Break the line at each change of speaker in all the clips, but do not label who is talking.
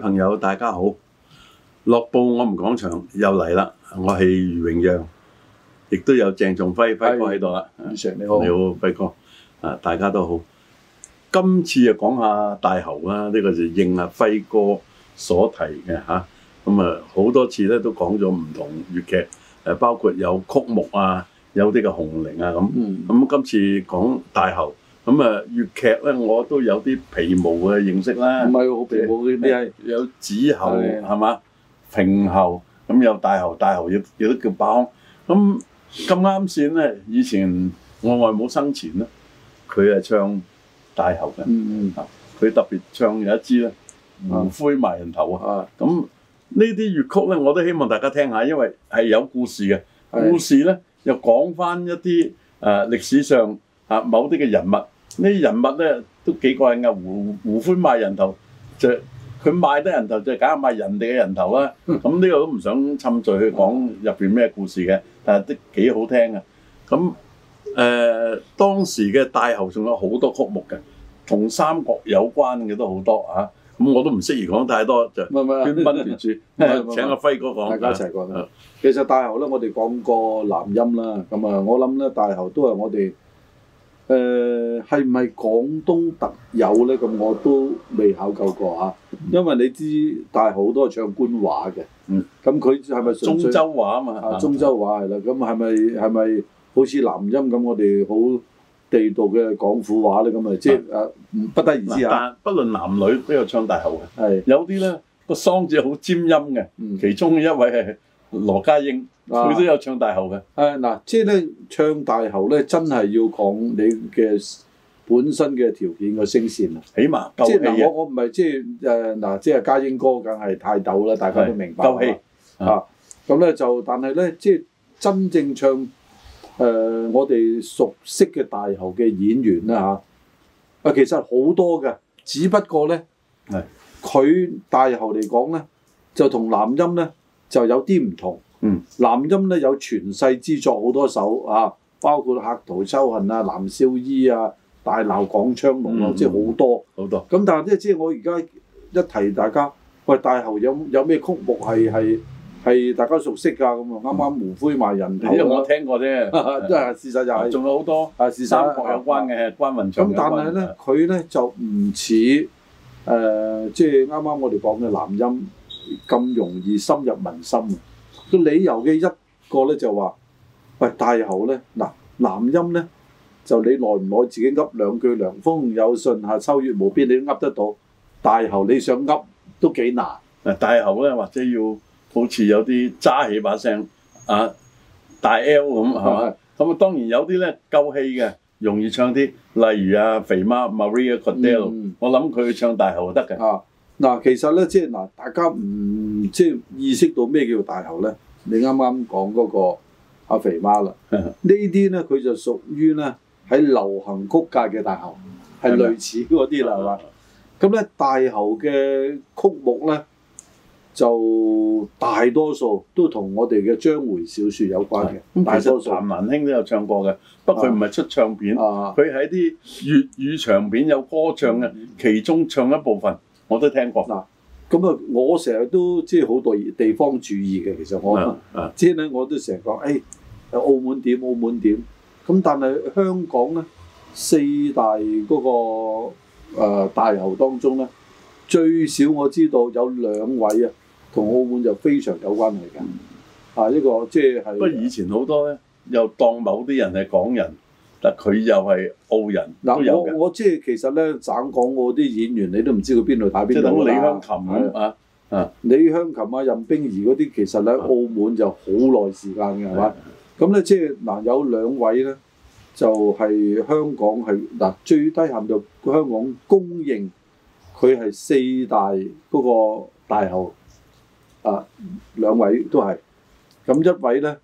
朋友，大家好！樂報我們講場又嚟啦，我係余榮陽，亦都有鄭仲輝輝哥喺度啦。
宇 Sir 你
你
好，
好，輝哥啊，大家都好。今次就講下大猴啦，呢、個就應阿輝哥所提嘅嚇。咁啊，好多次咧都講咗唔同粵劇，誒包括有曲目啊，有啲嘅紅伶啊咁。
嗯，
咁今次講大猴，咁啊粵劇咧我都有啲皮毛嘅認識啦
唔。係好平冇
你
啲係
係啊有子猴
係
係嘛？平猴咁有大猴，大猴亦亦都叫把腔。咁咁啱先咧，以前我外母生前咧，佢係唱大猴嘅。
嗯
佢特別唱有一支咧
啊
《胡灰埋人頭》
嗯
啊。
啊，
咁呢啲粵曲咧，我都希望大家聽下，因為係有故事嘅。故
係
事咧又講翻一啲誒、呃、歷史上啊某啲嘅人物，呢啲人物咧都幾過癮噶。胡胡歡賣人頭就佢賣得人頭就梗係賣人哋嘅人頭啦。咁呢、
嗯
個都唔想侵罪去講入邊咩故事嘅，但係都幾好聽嘅。咁誒、呃、當時嘅大猴仲有好多曲目嘅，同三國有關嘅都好多啊。咁我都唔適宜講太多，就
唔係唔
捐
係
賓奪
係唔
主，
係
請阿輝哥講。
啊大家一齊講啦
啊。
其實大喉咧，我哋講過南音啦，咁啊，我諗咧大喉都係我哋誒係唔係廣東特有咧？咁我都未考究過嚇，因為你知大喉都係唱官話嘅，
嗯，
咁佢係咪純
中
粹
州話啊嘛，
啊中州話係啦？咁係咪係咪好似南音咁？我哋好地道嘅廣府話咧，咁啊，即係誒唔不得而知
嗱
啊。
但不論男女都有唱大喉嘅，
係，
有啲咧個嗓子好尖音嘅，
嗯，
其中一位係羅家英，
啊
佢都有唱大喉嘅。
嗯誒嗱，即係咧唱大喉咧，真係要講你嘅本身嘅條件嘅聲線啊！
起碼夠
即係
氣
嗱，
嘅，
我我唔係即係誒嗱，即係家英哥梗係泰斗啦，大家都明白
夠氣
啊！咁咧就，但係咧，即係真正唱誒、呃我哋熟悉嘅大喉嘅演員啦嚇，啊其實好多嘅，只不過咧
係，
佢大喉嚟講咧，就同男音咧就有啲唔同。
嗯，
男音咧有傳世之作好多首啊，包括《客途秋恨》啊、《藍燒衣》啊、《大鬧廣昌隆》啊
嗯，
即係好啊多。
好多
咁但係即係即係我而家一提大家，喂大喉有有咩曲目係係係大家熟悉㗎咁啊？啱
嗯
啱胡灰賣人
因
頭
為我
啦，
聽過啫，
都係事實就 係
仲有好多
啊事實
三國有關
嘅。
嘅關雲長
咁
有關嘅。
但係咧，佢咧就唔似誒，即係啱啱我哋講嘅南音咁容易深入民心啊。個理由嘅一個咧就話，喂大喉咧嗱南音咧。就你耐唔耐自己噏兩句涼風有信下秋月無邊，你都噏得到。大喉你想噏都幾難。
嗱啊大喉咧，或者要好似有啲揸起把聲啊大 L 咁係嘛？咁啊當然有啲咧夠氣嘅，容易唱啲，例如啊肥媽 Maria Cordell，
嗯
我諗佢唱大喉得嘅。
啊，嗱，其實咧，即係嗱，大家唔即係意識到咩叫大喉咧？你啱啱講嗰個阿肥媽 啦，呢啲咧佢就屬於咧喺流行曲界嘅大喉，係
係咪啊
類似嗰啲啦，係嘛？咁咧大喉嘅曲目咧，就大多數都同我哋嘅章回小説有關嘅，大
咁其
多
實
數
譚蘭卿都有唱過嘅，不過佢唔係出唱片，
啊，
佢喺啲粵語長片有歌唱嘅，
嗯
其中唱一部分我都聽過。
咁啊，我成日都即係好多地方主義嘅，其實我。
啊啊
即係咧，我都成日講，誒、澳門點，澳門點。咁但係香港咧，四大嗰、個、呃、大喉當中咧，最少我知道有兩位啊，同澳門就非常有關係嘅。啊，呢個即係
嗯不過以前好多咧，又當某啲人係港人，但佢又係澳人，都
嗱，
有
我
嘅，
我即係其實咧，省港澳啲演員你都唔知佢邊度打
即
邊
係等
度
李
啦
香琴
係
咁啊，
李香琴啊、任冰兒嗰啲，其實咧
啊
澳門就好耐時間嘅，係嘛？咁咧即係嗱，有兩位咧就係、香港係嗱最低限度香港公認佢係四大嗰個大後啊，兩位都係。咁一位咧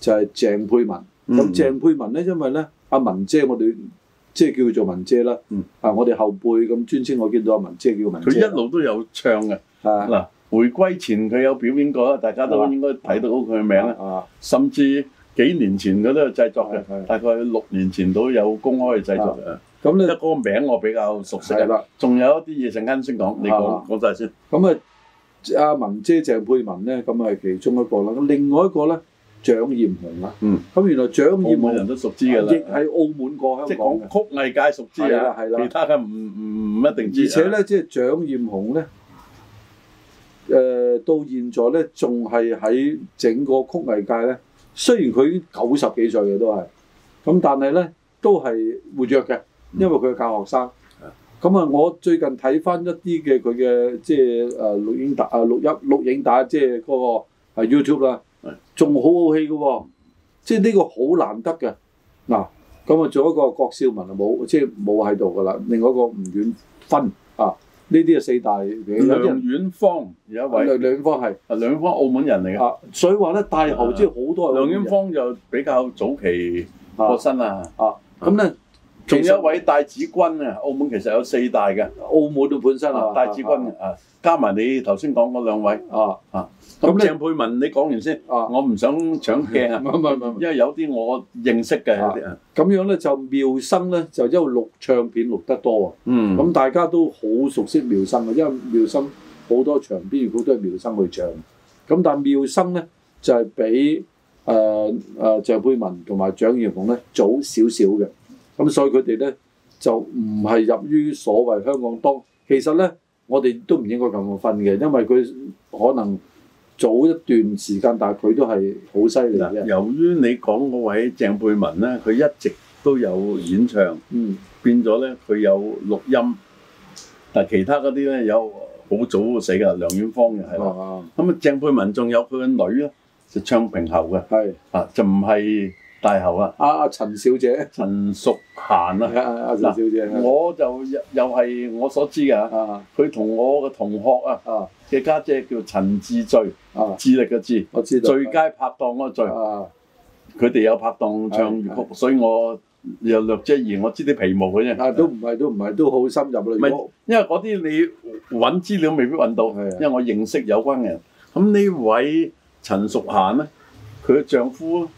就係、鄭佩文，咁、
嗯
鄭佩文咧因為咧阿文姐我哋即係叫佢做文姐啦，
嗯
啊我哋後輩咁專稱我見到阿文姐叫文姐，
佢一路都有唱嘅。
啊
嗱，回歸前佢有表演過啦，大家都
係嘛
應該睇到佢嘅名啦。
啊。
甚至幾年前佢都有製作嘅
係係，
大概六年前都有公開製作嘅。
咁
即
咧
係嗰個名我比較熟悉
係
啊。
啦，
仲有一啲嘢陣間先講，你
啊
講講晒先。
咁啊阿文姐鄭佩文咧，咁啊其中一個啦，咁另外一個咧蔣艷紅啦，
嗯，
啊咁原來蔣
澳
艷
門
紅
人都熟知
亦
㗎啦，
喺澳門過香
即係
港
講
嘅，
曲藝界熟知
係啦
啊，
係啦
其他嘅唔唔唔一定知啊。
而且咧即係蔣艷紅咧。誒、呃到現在咧，仲係喺整個曲藝界咧，雖然佢九十幾歲嘅都係，咁但係咧都係活躍嘅，因為佢教學生。咁啊，我最近睇翻一啲嘅佢嘅即係誒錄影帶啊錄音錄影帶，即係嗰個啊 YouTube 啦
係，
仲好好戲嘅喎，即係呢個好難得嘅。嗱，咁啊，仲有一個郭少文啊冇，即係冇喺度噶啦，另外一個吳遠芬啊，呢啲係四大嘅，有啲
梁
人
遠芳有一
兩
位，
兩方係
啊梁遠芳澳門人嚟嘅。
啊，所以話咧大猴即係好多
啊梁
人
遠芳就比較早期過身啦。
啊，咁咧
仲有一位戴子君啊，澳門其實有四大嘅，
澳門嘅本身啊，
戴子君啊，加埋你頭先講嗰兩位。
啊
咁
咁咧嗯
鄭佩文，你講完先，
啊，
我唔想搶鏡
唔
啊，
係唔係唔係。
因為有啲我認識嘅有啲啊，
咁樣咧就妙生咧就因為錄唱片錄得多啊，
嗯，
咁、大家都好熟悉妙生嘅，因為妙生好多長篇粵曲都係妙生去唱。咁但係妙生咧就係比誒誒鄭佩文同埋蔣艷紅咧早少少嘅，咁所以佢哋咧就唔係入於所謂香港當。其實咧我哋都唔應該咁樣分嘅，因為佢可能早一段時間，但係佢都係好犀利
嗱
嘅。
由於你講嗰位鄭佩文咧，佢一直都有演唱，
嗯，
變咗咧佢有錄音，但其他嗰啲咧有好早死㗎，梁遠芳又係啦。
啊，
咁啊，鄭佩文仲有佢嘅女咧，就唱平喉嘅，
係。
啊就唔係大喉啊，
阿阿陳小姐，
陳淑嫻啊。
阿阿陳小姐，
我就又又係我所知嘅啊，
啊
佢同我嘅同學啊
啊
嘅家姐叫陳志最，
啊，
智力嘅智，
我知道
最佳拍檔嗰個最，
啊
佢哋有拍檔唱粵曲，所以我又略知而我知啲皮毛嘅
啊，都
啫。
唔係都唔係都好深入啦。
唔係
如果
因為嗰啲你揾資料未必揾到，
係啊
因為我認識有關嘅人。咁呢位陳淑嫻咧，佢嘅丈夫啊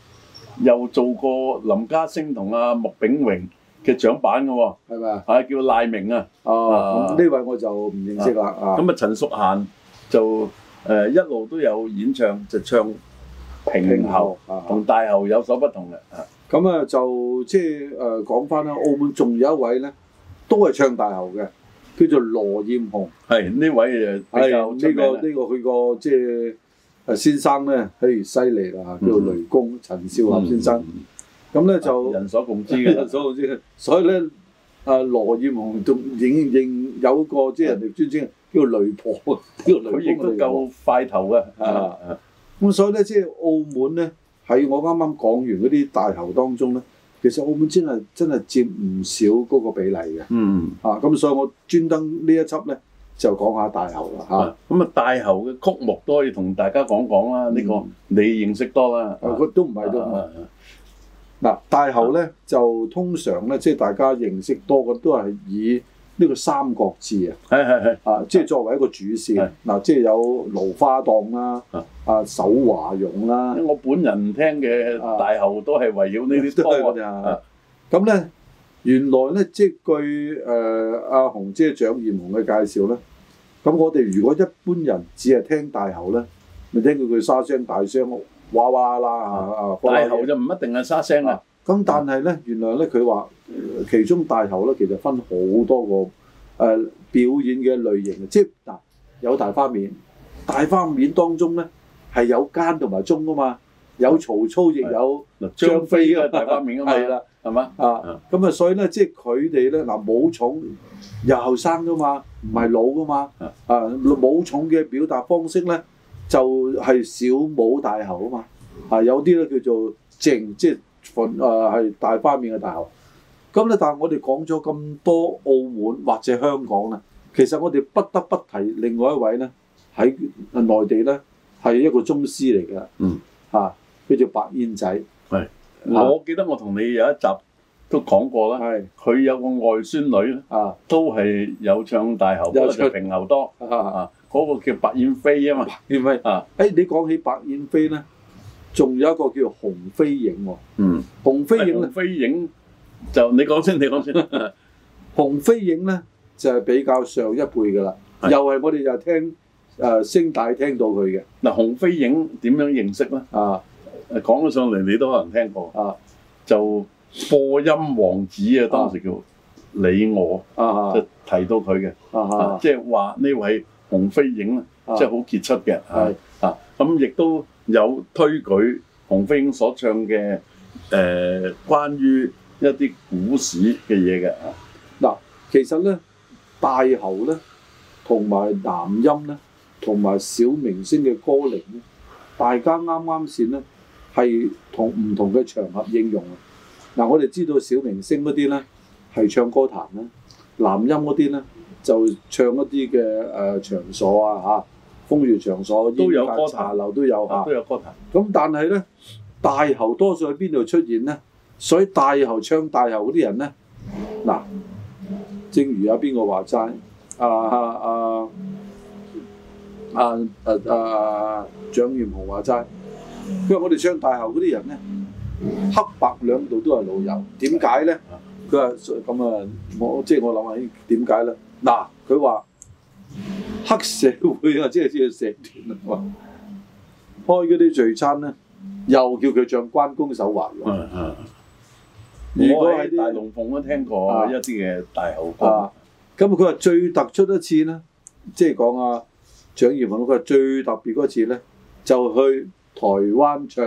又做過林家聲同阿麥炳榮嘅掌板嘅喎，
係咪啊？
係叫賴明啊。
哦，
啊
咁呢位我就唔認識啦。啊，
咁啊，陳淑嫻就誒、呃一路都有演唱，就唱平喉
啊，
同大喉有所不同嘅。啊
咁啊就即係誒講翻啦，澳門仲有一位咧，都係唱大喉嘅，叫做羅艷紅。
係呢位誒呃比較
係
出
呢
名啊嗯
個
啦
呢個佢個即係誒先生咧，嘿犀利啦，叫雷公陳少
嗯
俠先生。咁咧就。
人所共知
知嘅，
嘅。
所以知所以咧，啊羅艷紅仲認認有個即係人哋尊稱叫雷婆， 叫
佢
雷
亦
公
都
嚟講。
夠快頭嘅，
啊
啊
咁所以咧，即係澳門咧，喺我啱啱講完嗰啲大頭當中咧，其實澳門真係真係佔唔少嗰個比例嘅。
嗯，
啊，咁所以我專登呢一輯咧就講下大頭啦嚇。啊
啊咁啊，大喉嘅曲目都可以同大家講講啦。呢個
嗯
你認識多啦。啊
佢都唔係都唔係。
啊
嗱，大喉咧就通常咧，即係大家認識多嘅都係以呢個三國志啊。
係係係，
啊，即係作為一個主
係
線，嗱，即係有蘆花蕩啦
啊，
啊，手華勇啦，
我本人聽嘅大喉啊 都係圍繞呢啲
都係
多
㗎
啊
咋。咁咧，原來咧，即係據誒阿紅姐蔣艷紅嘅介紹咧，咁我哋如果一般人只係聽大喉咧，咪聽佢佢沙聲大聲，哇哇啦啊啊，
大喉就唔一定係沙聲啊。
咁但係咧，原來咧佢話呃其中大喉咧其實分好多個誒、呃表演嘅類型嘅，即係嗱有大花面，大花面當中咧係有奸同埋忠噶嘛，有曹操亦有
嗱
張
張飛
飛
嘅
啊
大花面啊嘛，
係啦
係嘛？
啊，咁啊所以咧即係佢哋咧嗱武重又後生噶嘛，唔係老噶嘛
啊，
啊武重嘅表達方式咧就係、小武大喉啊嘛，啊有啲咧叫做靜即係。誒係大花面嘅大學。咁咧，但係我哋講咗咁多澳門或者香港咧，其實我哋不得不提另外一位咧喺內地咧係一個宗師嚟嘅，
嗯，
嚇、叫做白煙仔，
我記得我同你有一集都講過啦，
係
佢有個外孫女咧，
啊
都係有唱大喉，
有
不過就
唱
平喉多
啊，
啊，嗰、個叫白燕飛啊嘛，
燕飛
啊，
誒你講起白燕飛咧，仲有一個叫紅飛影喎、
嗯，
紅飛
飛
影
影
咧
飛影就你講先，你講先，
紅飛影咧就係、比較上一輩噶啦，
係
又係我哋就聽誒、呃聲帶聽到佢嘅
嗱，紅飛影點樣認識咧？
啊
誒講咗上嚟，你都可能聽過，
啊
就播音王子啊，當時叫李我，
啊啊
就提到佢嘅，
啊
啊
啊
即係話呢位紅飛影咧，
啊
即係好傑出嘅
係
嚇啊！咁亦都有推舉紅飛影所唱嘅誒關於一啲古史嘅嘢嘅啊，
嗱，其實咧大喉咧同埋男音咧同埋小明星嘅歌齡咧，大家啱啱先咧係同唔同嘅場合應用啊。嗱，我哋知道小明星嗰啲咧係唱歌壇啦，男音嗰啲咧就唱一啲嘅誒場所啊嚇。風月場所
都有歌壇
煙架茶樓都有嚇
都，有歌壇。
咁但係咧，大喉多數喺邊度出現咧？所以大喉唱大喉嗰啲人咧，嗱，正如有邊個話齋，啊啊啊啊啊啊蔣艷紅話齋，佢話我哋唱大喉嗰啲人咧，黑白兩度都係老友，點解咧？佢話所以咁啊，我即係我諗下點解咧？嗱，佢話黑社會啊，即係即係社團啊嘛。開嗰啲聚餐咧，又叫佢唱關公手環喎。
嗯嗯，
如
我
果啊係
喺大
啲
龍鳳都聽過
啊
一啲嘅大口歌
啊，，咁佢話最突出一次咧，即係講啊蔣艷紅，佢話最特別嗰次咧，就去台灣唱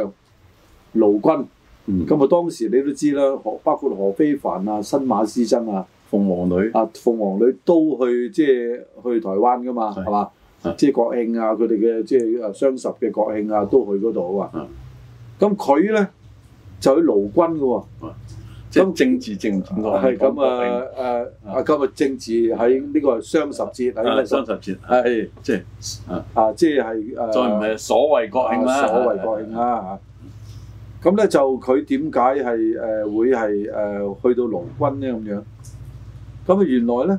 勞軍。
嗯，
咁啊，當時你都知啦，何包括何非凡啊、新馬師曾啊、
鳳凰女
啊鳳凰女都去即係去台灣噶嘛，
係
係嘛
係？
即係國慶啊，佢哋嘅即係誒雙十嘅國慶啊，都去嗰度啊
嗯。
咁佢咧就去勞軍嘅喎。
即係政治正唔正確
係啊咁！啊誒啊！今日政治喺呢個雙十節喺呢
誒
個
啊雙十節
啊係
即係啊，
啊，即係誒
再唔係所謂國慶啦，
啊所謂國慶啦嚇。咁咧就佢點解係誒會係誒去到勞軍咧咁樣？咁啊原來咧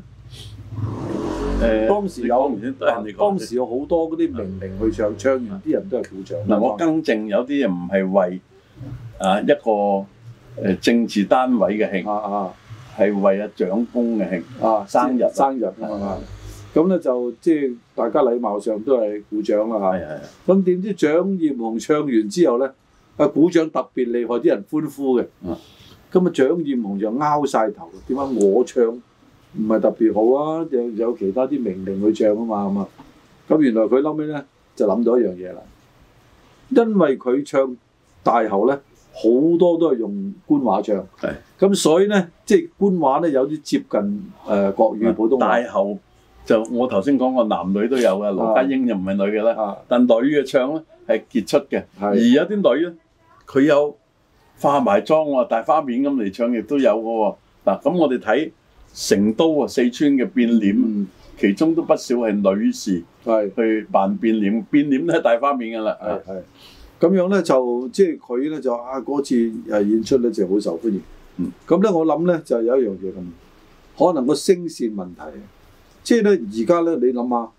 誒，
當時有
你講唔清都係你
啊
講
當時有好多嗰啲名伶去唱，唱完啲人都係鼓掌。
嗱，我更正有啲嘢唔係為啊一個誒呃政治單位嘅慶，
啊啊
係為啊長公嘅慶。
啊
生日啊
生日啊！咁咧就即係大家禮貌上都係鼓掌啦啊嚇。
係係
咁點知蔣艷紅唱完之後咧，啊鼓掌特別厲害，啲人歡呼嘅。
嗯
咁啊，蔣艷紅就拗晒頭，點解我唱唔係特別好啊？有有其他啲名伶去唱啊嘛咁啊。咁原來佢後尾咧就諗到一樣嘢啦，因為佢唱大喉咧，好多都係用官話唱。
係。
咁所以咧，即係官話咧有啲接近誒、呃、國
啊
語普通話
大後就我頭先講過，男女都有嘅，啊羅家英就唔係女嘅啦，
啊，
但女嘅唱咧係傑出嘅，而
係
有啲女咧佢有化埋妝喎，大花面咁嚟唱亦都有嘅喎。嗱，咁我哋睇成都啊、四川嘅變臉，
嗯
其中都不少係女士
係。
去扮變臉，變臉都係大花面㗎啦。
係係咁樣咧就即係佢咧就啊嗰次誒演出咧就好受歡迎。
嗯，
咁咧我諗咧就有一樣嘢咁，可能個聲線問題，啊即係咧而家咧你諗下，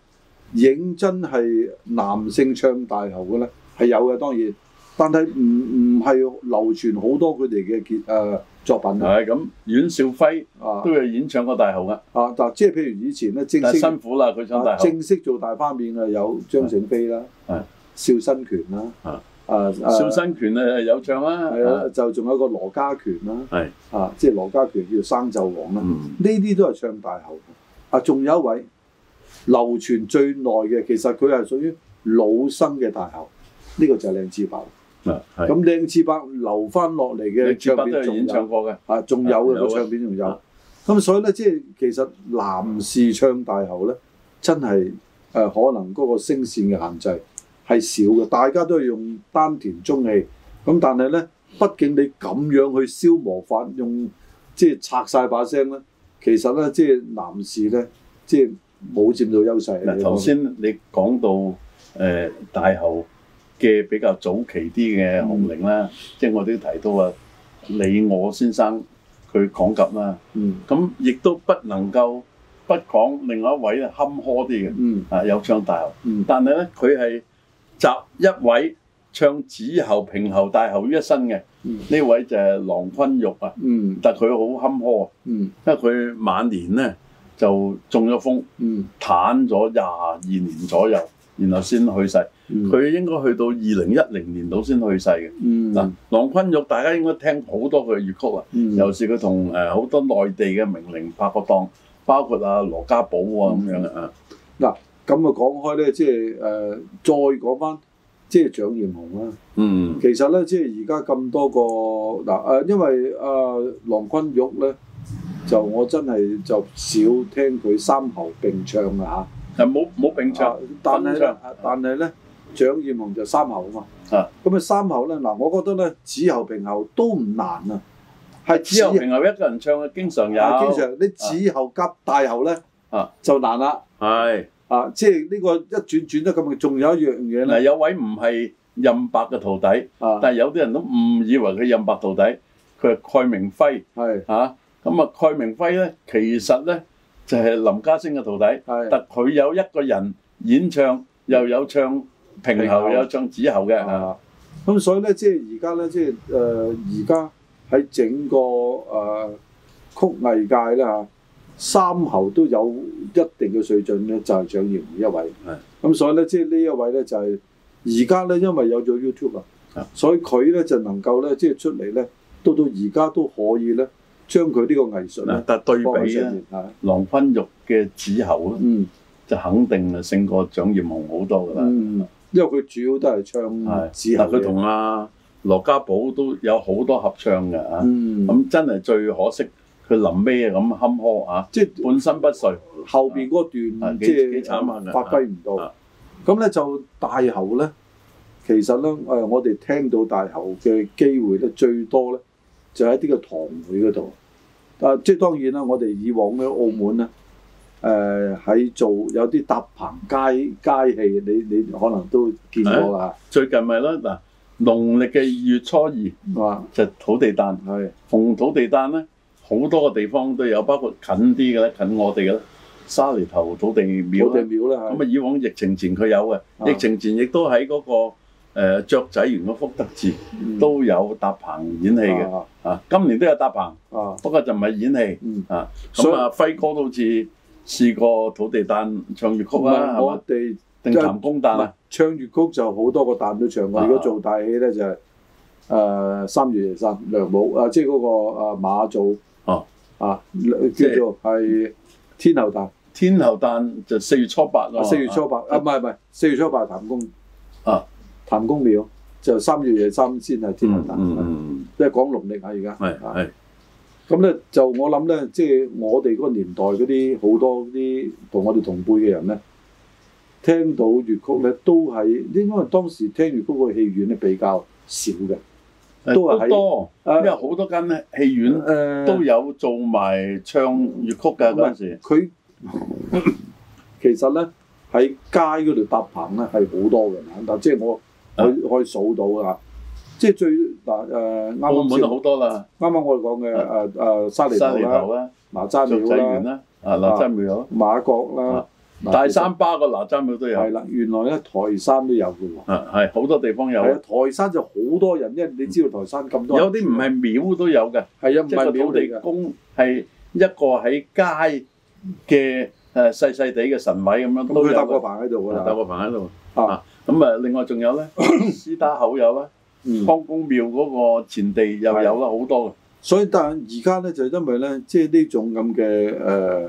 認真係男性唱大喉嘅咧係有嘅當然，但係唔唔係流傳好多佢哋嘅結誒作品啊
係咁，阮兆輝
啊
都有演唱過大喉噶，
啊！嗱，即係譬如以前咧正
但係
式
辛苦啦，佢唱大
啊
喉。
正式做大花面啊，有張醒飛啦
係，
邵新權啦，
啊
啊啊
邵新權誒有唱啦，
係啊，就仲有一個羅家權啦，
係
啊，即係羅家權叫做生就王啦，呢
嗯
啲都係唱大喉嘅。啊，仲有一位流傳最耐嘅，其實佢係屬於老生嘅大喉，呢、個就係靚次伯。
啊係，
咁靚次伯留翻落嚟嘅
你
唱
絕不都
片
有
仲
演唱
有
過嘅，
啊，仲有
有
嘅
啊
個唱片仲有
啊。
咁所以咧，即係其實男士唱大喉咧，真係誒、呃可能嗰個聲線嘅限制係少嘅，大家都係用丹田中氣。咁但係咧，畢竟你咁樣去消磨法，用即係拆晒把聲咧，其實咧即係男士咧，即係冇佔到優勢。
嗱頭先你講到誒大喉嘅比較早期啲嘅紅伶啦，
嗯
即係我哋都提到啊李我先生佢講及啦，
嗯
咁亦都不能夠不講另外一位咧坎坷啲嘅
嗯
啊有唱大喉。
嗯
但係咧佢係集一位唱子喉、平喉、大喉於一身嘅
嗯
呢位就係郎君玉啊，
嗯
但係佢好坎坷，啊
嗯
因為佢晚年咧就中咗風，
嗯
攤咗廿二年左右，然後先去世。
嗯
佢應該去到二零一零年度先去世嘅。
嗯
嗱、郎君玉大家應該聽好多佢嘅粵曲啊，
嗯
尤其是佢同誒好多內地嘅名伶拍過檔，包括啊羅家寶啊咁樣啊。
咁啊講開咧，即係誒、呃再講翻即係蔣艷紅啦。
嗯
其實咧，即係而家咁多個嗱誒、呃因為誒、呃郎君玉咧，就我真係就少聽佢三喉並唱啊
係冇冇並
嚇。
唱
啊，但係
分
咧
唱，
但係咧，蔣艷紅就三喉啊嘛。
啊
咁啊三喉咧，嗱，我覺得咧，子喉並喉都唔難啊，係
只有
子
平喉一個人唱嘅，經常有，
啊，經常你子喉夾大喉咧
啊
就難啦
係
啊！即係呢個一轉轉得咁，仲有一樣嘢
嗱
咧
有位唔係任白嘅徒弟，
啊，
但係有啲人都誤以為佢任白徒弟，佢係蓋明輝
係
嚇。啊咁啊，蓋明輝咧，其實咧就係林家聲嘅徒弟。
係
但佢有一個人演唱，又有唱平
平
喉，
喉
又有唱子喉嘅。啊
啊，咁所以咧，即係而家咧，即係呃誒而家喺整個誒、呃曲藝界咧嚇，三喉都有一定嘅水準咧，就係蔣艷紅一位
係。
咁所以咧，即係呢一位咧就係而家咧，因為有咗 YouTube
啊
啊，所以佢咧就能夠咧，即係出嚟咧，到到而家都可以咧，將佢呢個藝術
嗱
咧，
但對
放喺
比啊咧，
上面嚇。
郎君玉嘅子喉咧，
嗯
就肯定係勝過蔣艷紅好多㗎啦。
嗯，因為佢主要都係唱
係，
子
但
喉
佢
嘅。
同阿羅家寶都有好多合唱㗎啊。
嗯，咁
咁真係最可惜，佢臨尾係咁坎坷啊，
即係。
半身不遂。
後邊嗰段
啊
即
幾
係
幾慘啊
發揮唔
啊
到。咁咧就大喉咧，其實咧誒，我哋聽到大喉嘅機會咧最多咧，就喺啲嘅堂會嗰度。啊，即係當然啦，我哋以往咧澳門咧，誒、喺做有啲搭棚街街戲，你你可能都見過啊啦，
最近咪啦嗱，農曆嘅二月初二
係嘛？
就土地誕。
係
紅土地誕咧，好多個地方都有，包括近啲嘅咧，近我哋嘅咧，沙梨頭土地廟
我哋
啦。
廟啦，
咁啊，以往疫情前佢有嘅，
啊
疫情前亦都喺嗰個、呃、雀仔園嗰福德寺
啊
都有搭棚演戲嘅。
啊
啊，今年都有搭棚，
啊，
不過就唔係演戲。
嗯。
啊，
所
咁
以
啊，輝哥都好似試過土地誕唱粵曲啦，啊係嘛
我？哋
定譚公誕啊？
唱粵曲就好多個旦都唱過。
啊
如果做大戲咧就係誒三月廿三梁武啊，即係嗰個誒馬祖
哦
啊，叫
係
做係天后誕
天后誕就四月初八
啊，
咯。
四月初八啊，唔係唔係四月初八係譚公
哦啊，
譚公廟就三月廿三先係天后
嗯
誕，
嗯嗯，
即係講農曆啊而家
係
啊
係
咁咧就我諗咧，即係我哋嗰個年代嗰啲好多啲同我哋同輩嘅人咧，聽到粵曲咧都係應該係當時聽粵曲個戲院咧比較少嘅。
誒
都係
嗯都
喺
多。啊嗯因為
誒
好多間戲院
誒
都有做埋唱粵曲嘅嗰陣時，
佢 其實咧喺街嗰度搭棚咧係好多嘅，嗱即係我
啊
可以可以數到啦，即係最嗱誒啱
澳
啱
門
先
都好多啦，
啱啱我哋講嘅誒誒沙梨
沙
頭
梨
啦、
頭啦、
哪吒
雀仔
廟
園
啦、
啦、啊哪吒廟啦、
馬國啦
啊、大三巴個哪吒廟都有，
係啦，原來咧台山都有嘅喎。
啊係好多地方有，
係啊，台山就好多人，因為你知道台山咁多人
有啲唔係廟都有嘅，
係啊，唔
即係
係
個
廟
土
嚟
地
嘅，
公係一個喺街嘅誒細細地嘅神位咁樣
咁
都
佢
有
搭個
嘅，
棚喺度㗎
搭
啦。
個棚喺度
啊
啊，咁啊另外仲有咧， 絲打口有啦，
嗯，
康公廟嗰個前地又有啦，好多嘅，
所以但係而家咧就因為咧，即係呢種咁嘅誒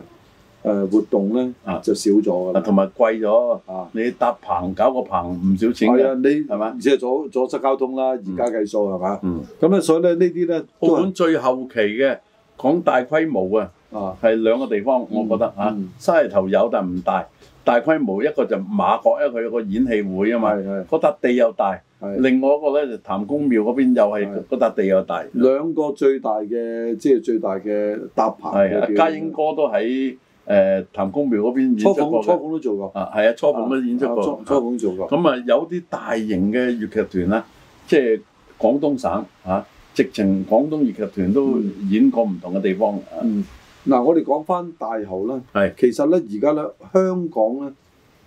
誒活動咧
啊
就少咗㗎
啊
啦。
同埋貴咗。
啊，
你搭棚搞個棚唔少錢
係啊，
嘅，
你
係嘛
而且阻阻塞交通啦，而家計數係嘛？
嗯，
咁咧，所以咧呢啲咧都
澳
係
門最後期嘅講大規模啊，
啊，
係兩個地方，我覺得嚇
嗯，
沙梨頭有但唔大，大規模一個就馬國，因為佢有個演戲會啊嘛，
係係
嗰笪地又大，
係
另外一個咧就譚公廟嗰邊又係
係
嗰笪地又大，
兩個最大嘅即係最大嘅搭棚
係
嘅
啊，
表演
家英哥都喺誒譚公廟嗰邊演
初
出
鳳
過
初
嘅，
鳳都做過，
啊係啊，初鳳都演出
啊初初
過，
鳳做過。
咁啊有啲大型嘅粵劇團啦，即係廣東省嚇，直情廣東粵劇團都演過唔同嘅地方啊。
嗯，嗱，我哋講翻大喉啦。
係
其實咧，而家咧，香港咧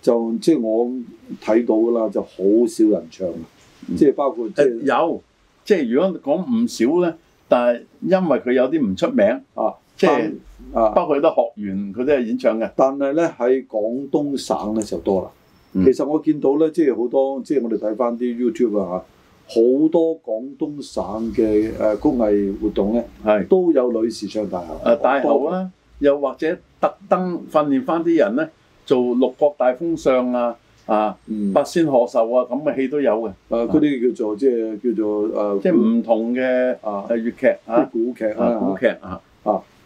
就即係我睇到㗎啦，就好少人唱。即係包括即
嗯誒
係
有，即係如果講唔少咧，但係因為佢有啲唔出名，
啊，
即係
但啊。
包括有啲學員佢都係演唱嘅。
但係咧喺廣東省咧就多啦。
嗯
其實我見到咧，即係好多，即係我哋睇翻啲 YouTube 啊，好多廣東省嘅誒工藝活動咧，
係
都有女士唱大喉。
誒啊大喉呃啦，又或者特登訓練翻啲人咧做六國大封相啊啊
嗯，誒
八仙賀壽啊咁嘅戲都有嘅，
嗰啲叫做即係叫做誒，
即係唔同嘅
啊
誒粵劇
啲
啊
古劇
啊
啦。
古劇啊，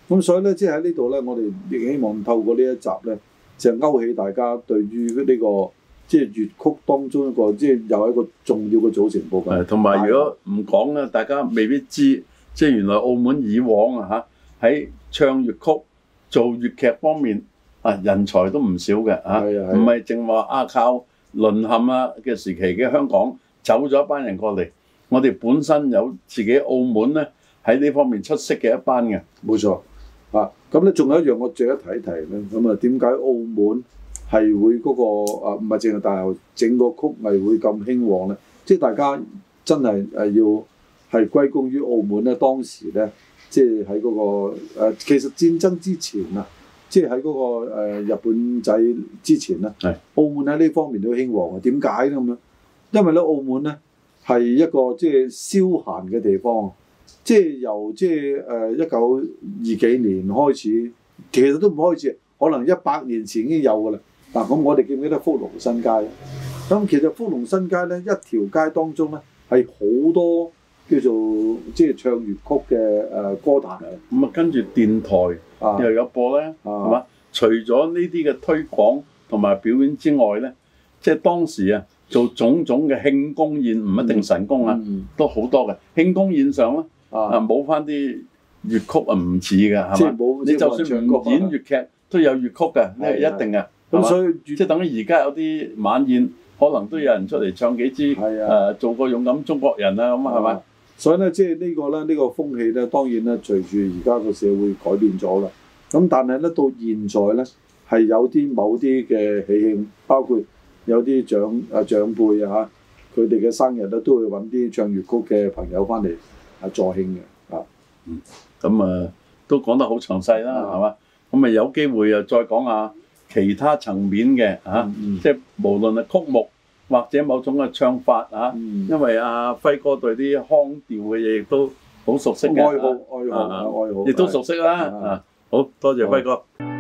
咁所以咧，即係喺呢度咧，我哋亦希望透過呢一集咧，就勾起大家對於呢、個即係粵曲當中一個即係又一個重要嘅組成部分。
呃誒同埋如果唔講咧，大家未必知，即係原來澳門以往啊嚇喺唱粵曲、做粵劇方面啊人才都唔少嘅啊，
係啊係啊
唔係淨話啊靠淪陷啊嘅時期嘅香港走咗一班人過嚟，我哋本身有自己澳門咧喺呢方面出色嘅一班嘅，
冇錯啊！咁咧仲有一樣我值得提一提咧，咁啊點解澳門係會嗰、個啊唔係淨係大學整個曲藝會咁興旺咧？即係大家真係誒要係歸功於澳門咧，當時咧即係喺嗰個、呃、其實戰爭之前啊，即係喺嗰個、呃、日本仔之前咧，
係
澳門喺呢方面都興旺啊！點解咧咁樣？因為咧澳門咧係一個即係消閒嘅地方。啊即係由即係誒一九二幾年開始，其實都唔開始，可能一百年前已經有㗎啦。嗱，咁我哋記唔記得福隆新街啊？咁其實福隆新街咧，一條街當中咧係好多叫做即係唱粵曲嘅誒、呃歌壇嘅
咁啊跟住電台
啊
又有播咧。係
啊
嘛？除咗呢啲嘅推廣同埋表演之外咧，即係當時啊做種種嘅慶功宴，唔一定神功啊，
嗯
都好多嘅。慶功宴上咧啊，
啊，
冇翻啲粵曲啊，唔似嘅
即
係
係
嘛？
冇
你
即係
就
冇
算
人
唔
唱歌
演粵劇，都有粵曲嘅，呢係
係啊
一定嘅。
咁
咁所
所以
以
粵
即係等於而家有啲晚宴，可能都有人出嚟唱幾支
係
誒，做個勇敢中國人啊咁啊係咪
啊？所以咧，即係呢個咧，呢、個風氣咧，當然咧，隨住而家個社會改變咗啦。咁但係咧，到現在咧，係有啲某啲嘅喜慶，包括有啲長啊長輩啊，佢哋嘅生日咧，都會揾啲唱粵曲嘅朋友翻嚟啊助興嘅啊。
咁啊，都講得好詳細啦，
啊
係嘛？咁啊，有機會又再講下其他層面嘅嚇，
嗯
即係無論係曲目或者某種嘅唱法嚇，
嗯
因為阿輝哥對啲腔調嘅嘢亦都好熟悉嘅，
愛好
啊
愛好
啊
愛好，
亦都
係
熟悉啦。
啊
啊，好多謝輝哥。
好